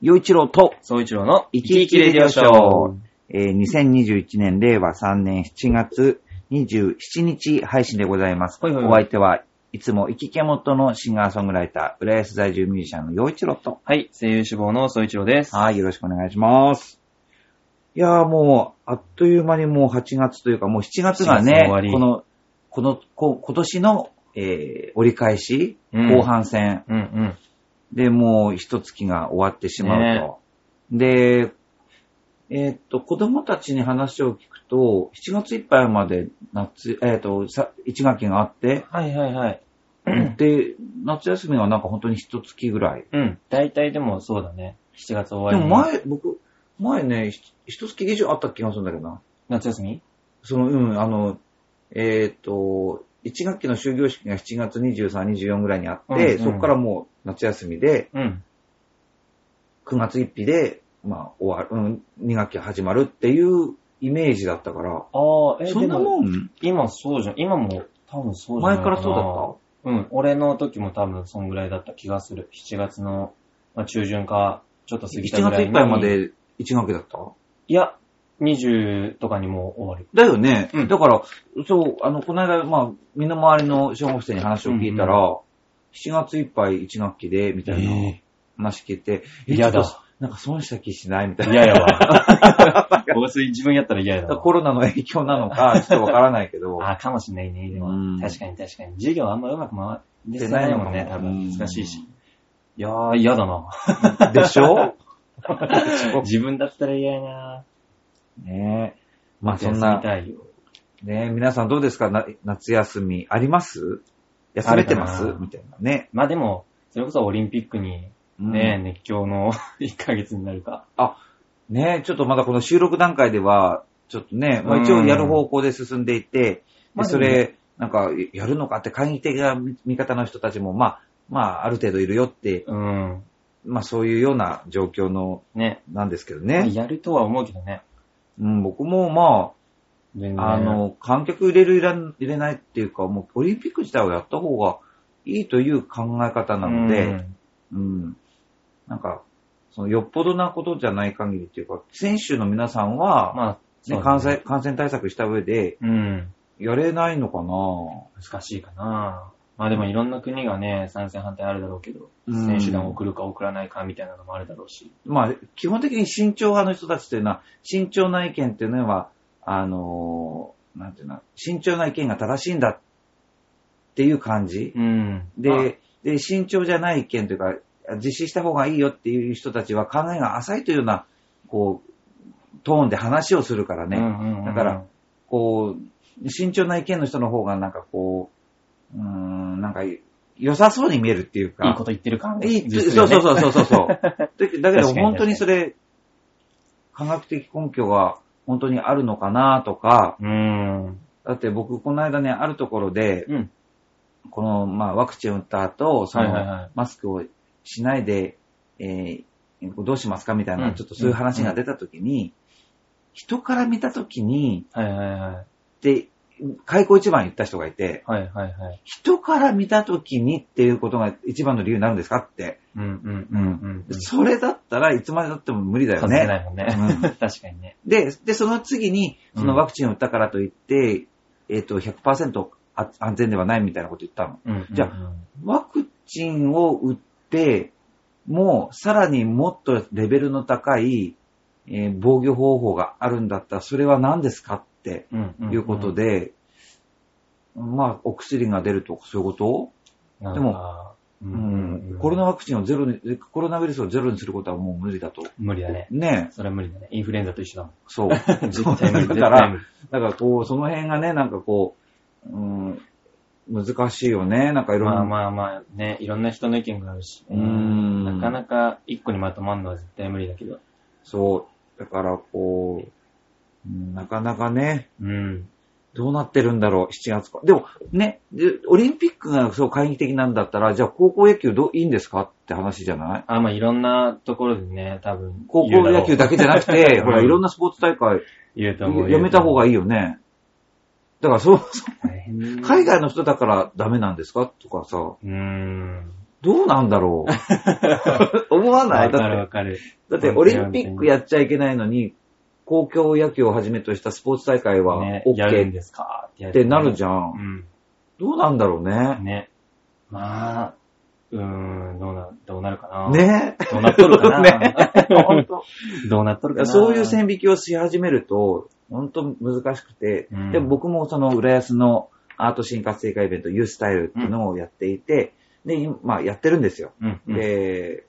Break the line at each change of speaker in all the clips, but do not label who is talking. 洋一郎と、
総一郎の
生き生きレディオショー。えー2021年令和3年7月27日配信でございます。
はいはいはい
お相手はいつも生き家元のシンガーソングライター、浦安在住ミュージシャンの洋一郎と、
はい、声優志望の総一郎です。
はい、よろしくお願いします。いやーもう、あっという間にもう8月というか、もう7月が
7月
ね
の終わり、
この、この、こ今年の、えー折り返し、
うん
後半戦、
うんうん。
で、もう一月が終わってしまうと。で、えーっと、子供たちに話を聞くと、7月いっぱいまで夏、えーっと、さ1学期があって、
はいはいはい。
で、夏休みはなんか本当に一月ぐらい。
うん。大体でもそうだね。7月終わ
で
りに。
も前、僕、前ね、ひ一月以上あった気がするんだけどな。
夏休み
その、うん、あの、えーっと、1学期の終業式が7月23、24ぐらいにあって、
うんうん
そこからもう夏休みで、
うん。
9月1日で、まあ、終わる、うん、2学期始まるっていうイメージだったから、
ああ、え、
そんな
でも
もん
今そうじゃん。今も多分そうじゃない
前からそうだっ
だったうん。俺の時も多分そんぐらいだった気がする。7月の、まあ、中旬か、ちょっと過
た
ぎ
?1
たぐら
月
い
い
に。
っぱいま。で1学期だった
いや、20とかにもう終わり。
だよね、
うん
だから、そう、あの、この間、まあ、身の回りの小学生に話を聞いたら、7月いっぱい1学期で、みたいな話聞いて、え
嫌だ
ちょっとなんか損した気しないみたいな。
嫌やわ。 僕、それ自分やったら嫌
だ
や
か
だ
ら
わ。
コロナの影響なのか、ちょっとわからないけど。
あ、かもしんないね。で
うん
も、確かに確かに。授業あんまうまく回
出
ってて
な
ないい
のかも
もんね、多分。難しいし。
う
い
ん
やー、嫌だ な。
でしょ
自分だったら嫌やな。
ねえ。まあ、そ
休
ん
み
な、
たいよ。
ねえ、皆さんどうですかな夏休みあります休めてます
あるかな
みたいなね。
まあでも、それこそオリンピックに、
うん
ね、熱狂の 1ヶ月になるか。
ねえちょっとまだこの収録段階では、ちょっとね、まあ、一応やる方向で進んでいて、
うん
でそれ、なんか、やるのかって会議的な見方の人たちも、まあ、まあ、ある程度いるよって、
うん。
まあ、そういうような状況の、
ね。
なんですけど
まあ
ね。
やるとは思うけどね。
うん、僕もま
全然
あ、あ、の、観客入れる入らん入れないっていうか、もうオリンピック自体をやった方がいいという考え方なので、
うん
うん。なんか、そのよっぽどなことじゃない限りっていうか、選手の皆さんは、
まあ、
ね
そうだ
感染、感染対策した上で、
うん。
やれないのかな
難しいかな。まあでもいろんな国がね、参戦反対あるだろうけど、
うん
選手団を送るか送らないかみたいなのもあるだろうし。
まあ、基本的に慎重派の人たちというのは、慎重な意見っていうのは、あのーなんていうの、慎重な意見が正しいんだっていう感じ。
うん。まあ
で、で、慎重じゃない意見というか、実施した方がいいよっていう人たちは考えが浅いというような、こう、トーンで話をするからね。
うんうんうん
だから、こう、慎重な意見の人の方がなんかこう、うーん、なんか良さそうに見えるっていうか。
いいこと言ってる感
いい
実
そう
はね
そうそうそうそうそ う。だだけ
確か
ど
にね
本当にそれ、科学的根拠が本当にあるのかなとか、
うーん。
だって僕この間ね、あるところで、
うん。
この、まあ、ワクチン打った後、そ
はいはいは
の
い、
マスクをしないで、えーどうしますかみたいな、
うん
ちょっとそういう話が出た時に、人から見た時に、
はいはいはい。
って、開口一番言った人がいて、
はいはいはい。
人から見た時にっていうことが一番の理由になるんですかって。
うんうんうんうんうん。
それだったらいつまで経っても無理だよ
外せ
ね。
ないもん
う
ね。確かにね。
で、で、その次に、そのワクチンを打ったからといって、えっ、と、100%あ安全ではないみたいなこと言ったの。
うんうんうん
じゃワクチンを打って、もうさらにもっとレベルの高い、えー防御方法があるんだったら、それは何ですかって
うんうんうん
いうこと、で、まあ、お薬が出るとかそういうこと
なん
で
か、う
うんコロナワクチンをゼロに、コロナウイルスをゼロにすることはもう無理だと。
無理だね。
ねえ、
それは無理だね。インフルエンザと一緒だもん。
そう。そう
絶対無
だ
理。
か
絶対
ら、
無理。
だからこう、その辺がね、なんかこう、うん、難しいよね。なんかいろん
ま
な、
あまあまあね、いろんな人の意見があるし、
うん
なかなか一個にまとまるのは絶対無理だけど。
そう。だからこう、うんなかなかね、
うん。
どうなってるんだろう、7月か。でも、ね、でオリンピックがそう会議的なんだったら、じゃあ高校野球どういいんですかって話じゃない
あ、まあいろんなところでね、多分。
高校野球だけじゃなくて、
うん
ほら、いろんなスポーツ大会、
言うと思う。
やめた方が
いい。
いいよね。だから、そう、
大変ね
海外の人だからダメなんですかとかさ、
うーん。
どうなんだろう 思わわない
わか
だ
る
っ
わかる。
て、だってオリンピックやっちゃいけないのに、公共野球をはじめとしたスポーツ大会は
ね、やるん
OK
ですかっ
ってなるじ
ゃ
ゃ。
うんん。
どうなんだろうね。
ね。まあ、うーん、どうな、どうなるかな。。
ね
どうなっとる か
ね
な。
本当
どうなっとるかな。
そういう線引きをし始めると、本当難しくて、
うん
でも僕もその浦安のアート新活性化イベント、ユースタイルっていうのをやっていて、で、今、まあ、やってるんですよ。
うん。うん、
で、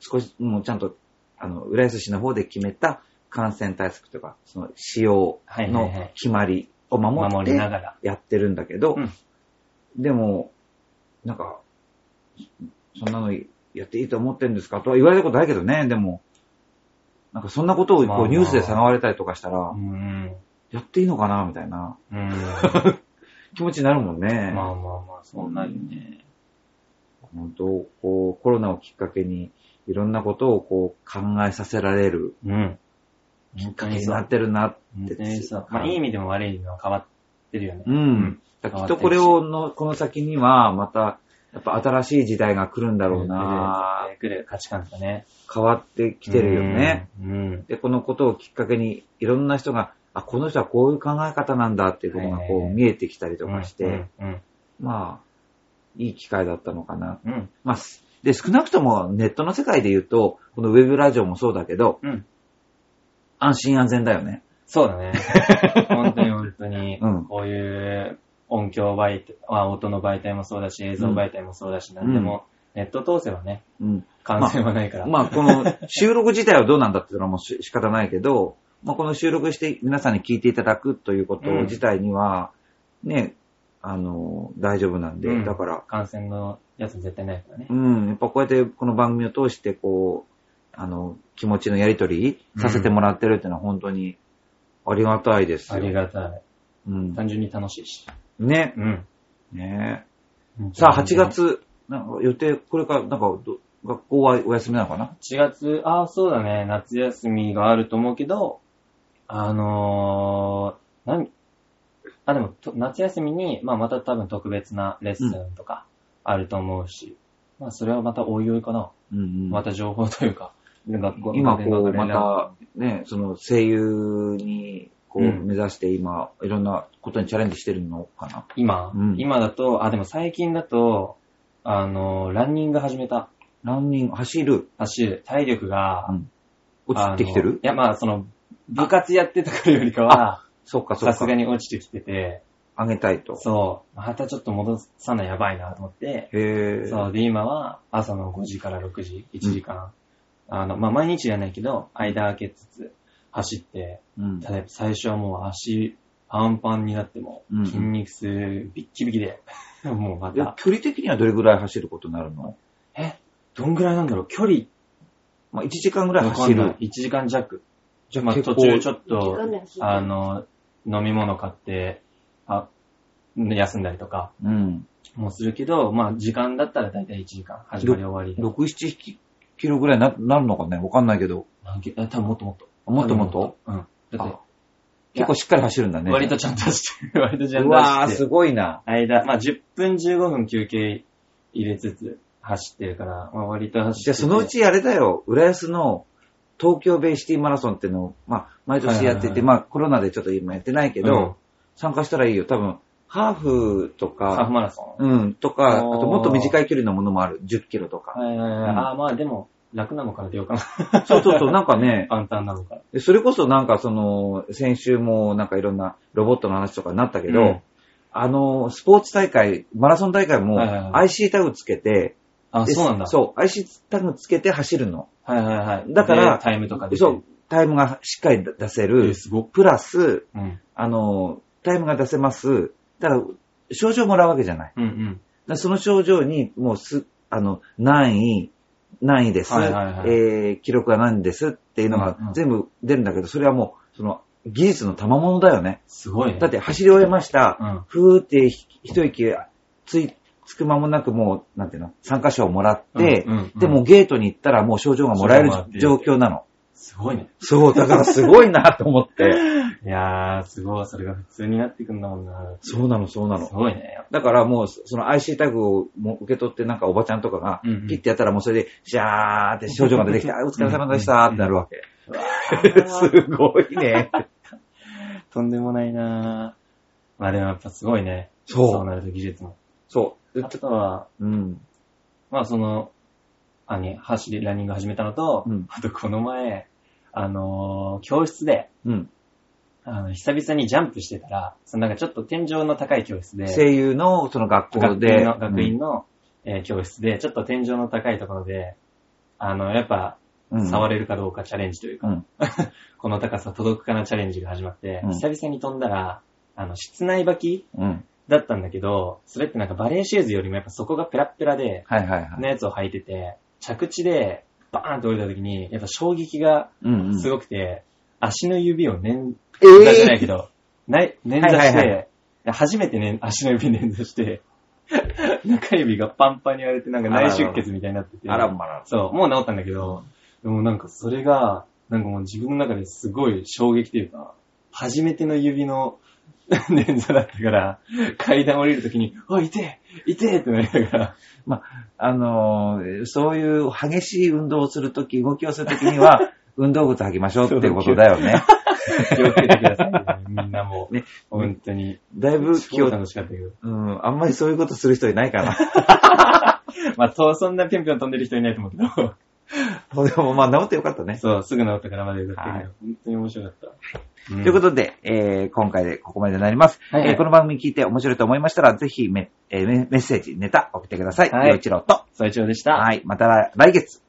少し、もうちゃんと、あの、浦安市の方で決めた感染対策とか、その使用
はいはいは
の
い
決まりを守っ
守りな
て
がら。
やってるんだけど、
うん
でも、なんか、そそんなのやっていいと思ってるんですかとは言われたことないけどね、でも、なんかそんなことを
まあ
こ
ま
う
あ
ニュースで騒がれたりとかしたら
う、ん。
やっていいのかなみたいな
うん。ま
気持ちになるもん
あ
ね。
まあまあ、そうなるよね。
本当、こう、コロナをきっかけに、いろんなことをこう考えさせられる
うん。
きっかけになってるな。
本当にそう。まあ、いい意味でも悪い意味でも変わってるよね。
うん。
ん
だからきっとこれをの、この先には、また、やっぱ新しい時代が来るんだろうな。
来る価値観とかね。
変わってきてるよね。
うん。うん。
で、このことをきっかけに、いろんな人が、あ、この人はこういう考え方なんだっていうことが
はいはい
こ
は
う
い
見えてきたりとかして、
うん。
まあ、いい機会だったのかな。
うん。うん。
まあ、すで、少なくともネットの世界で言うと、このウェブラジオもそうだけど、
うん
安心安全だよね。
そうだ ね。本当に本当に、
うん
こういう音響媒体、あ音の媒体もそうだし、映像媒体もそうだし、なんでも、ネット通せばね、
うん。
感染はないから。
まあ、こ の収録自体はどうなんだっていうのはもうし仕方ないけど、まあ、この収録して皆さんに聞いていただくということ
うん
自体には、ね、あの、大丈夫なんで、
うん
だから、
感染のやつ絶対ないからね
う。ん、やっぱこうやってこの番組を通して、こう、あの、気持ちのやりとりさせてもらってるっていうのは本当にありがたいです
あ
よ。
りがたい。
うん、
単純に楽しいし。
ね、
うん。
ね。さあ、8。月、なんか予定、これから、なんかど、学校はお休みなのかな
8月、ああ、そうだね。夏休みがあると思うけど、あのー、何あ、でも、と夏休みに、まあ、また多分特別なレッスンとかあると思うし、まあ、それはまたおいおいかな。
うんうん。
また情報というか、 学校
今こう、
連絡
また、ね、その声優に、こう、
うん
目指して今、いろんなことにチャレンジしてるのかな。
今、
うん
今だと、あ、でも最近だと、あのー、ランニング始めた。
ランニング、走る、
走る。体力が、
落ちてきて
あのい
る
や、まあ、その、部活やってたからよりかは、
そっかそ
さ
っ
す
か。
がに落ちてきてて、
上げたいと。
そう、またちょっと戻さなやばいなと思って、
へぇ
そう、で、今は朝の5時から6時、1時間、あの、まあ、毎日じゃないけど、間開けつつ走って、
うん。
例えば最初はもう足パンパンになっても
うん
筋肉痛ビッキビキで、 もうま
で
た、
距離的にはどれぐらい走ることになるの
え、どんぐらいなんだろう距離
まあ、1時間ぐらい
わか
走
んない
る。
1時間弱。
じゃ
まあ
結
途
構
中ちょっ
時
と
間、ね
あの、飲み物買って、あ、休んだりとか
うん。
もするけど、まあ時間だったらだいたい1時間、始まり終わりで
6、7キロぐらいななるのかねわかんないけど。
なんけ。あ多分もっともっと。
もっともっと
うん。だって
あ、結構しっかり走るんだね。
割とちゃんと走ってる。 割とちゃん
う
と
わ
走
ぁ、
って
すごいな。
間、まあ、10分15分休憩入れつつ走ってるから、まあ、割と走って
じ
て
ゃあそのう、ちあれだよ、浦安の東京ベイシティマラソンっていうのを、まあ、毎年やって
はいはいは
て、
い
まあ、コロナでちょっと今やってないけど、参加したらいいよ。多分、ハーフと
うん、ハーフ
か、
マラソン。
うん、とか、あ
おー
ともっと短い距離のものもある。10キロとか。
はいはいはい。
うん
ああ、まあでも、楽なのから出ようか な。
そうそうそう、なんか ね、
簡単なのから。
それこそなんかその、先週もなんかいろんなロボットの話とかになったけど、
うん
あの、スポーツ大会、マラソン大会も
はいはいは
IC タグつけて、
あ、
で
そうなんだ。
そう、IC タグつけて走るの。
う。はいはいはい。
だから
でタイムとかで。
そう、タイムがしっかり出せ
え
る
ー。。すごっ。
プラス、
うん。
あの、タイムが出せます。だから、症状もらうわけじゃない。だか
うんうん。
らその症状に、もうす、あの、何位、何位です。
はいはいはい
えー記録が何ですっていうのが
うんうん
全部出るんだけど、それはもう、その、技術の賜物だよね。
すごいね。
だって走り終えました。
うん。
ふーってひ一息つい、つく間もなくもう、なんていうの、参加賞をもらって、
うんうんうん
でもゲートに行ったらもう症状がもらえる
そうもらって
状況なの。
すごいね。
そう、だからすごいなと思 って。
いやー、すごい。それが普通になってくんだもんな。
そうなの、そうな
す
の。
ごいね。
だからもう、その IC タグをもう受け取ってなんかおばちゃんとかが
うんうん、
ピッてやったらもうそれで、シャーって症状が出てきて、あ、お疲れ様でしたーってなるわけ。 すごいね。
とんでもないなぁ。まあでもやっぱすごいね。そう
そう。
なると技術も。
そう。
あとは、
うん。
まあその、あね、走り、ランニング始めたのと、
うん
あとこの前、あのー教室で、
うん。
あの、久々にジャンプしてたら、そのなんかちょっと天井の高い教室で、
声優のその学校
学
で。
院の、学院の、えー教室で、ちょっと天井の高いところで、あの、やっぱ、触
れ
れるかどうかチャレンジというか、
うん
この高さ届くかなチャレンジが始まって、
うん
久々に飛んだら、あの、室内履き
うん。
だったんだけど、それってなんかバレーシューズよりもやっぱそこがペラッペラで、
はいはいはい。
のやつを履いてて、着地でバーンって降りた時に、やっぱ衝撃が
うんうん。
す
い。
ごくて、足の指を捻挫じゃな
え
い
ー、
けど、ない捻挫して、
はいはい
初めてね、足の指捻挫して、 中指がパンパンに割れて、なんか内出血みたいになってて、
あらまら。
そう、もう治ったんだけど、でもなんかそれが、なんかもう自分の中ですごい衝撃というか、初めての指の 捻挫だったから、階段降りるときに、おい、痛え痛えってなりながら、
あのー、そういう激しい運動をするとき、動きをするときに は、運動靴履きましょうっていうことだよね。
気をつけてくださいね、みんなもう。
ね
本当に。
だいぶ
す
気
ごい
を、
楽しかったけど。
うん、あんまりそういうことする人いないかな。
まあ、とそんなぴょんぴょん飛んでる人いないと思うけど、
でもまあ治ってよかったね。
そう、すぐ治ったからまだよかったけ
は
ど、本当に面白かった。と
ということで、えー今回でここまでになります。
はいはい
えーこの番組聞いて面白いと思いましたら、ぜひメ,、えーメメッセージ、ネタ送ってください。
はい
陽一郎と。
最長でした。
はい。また来月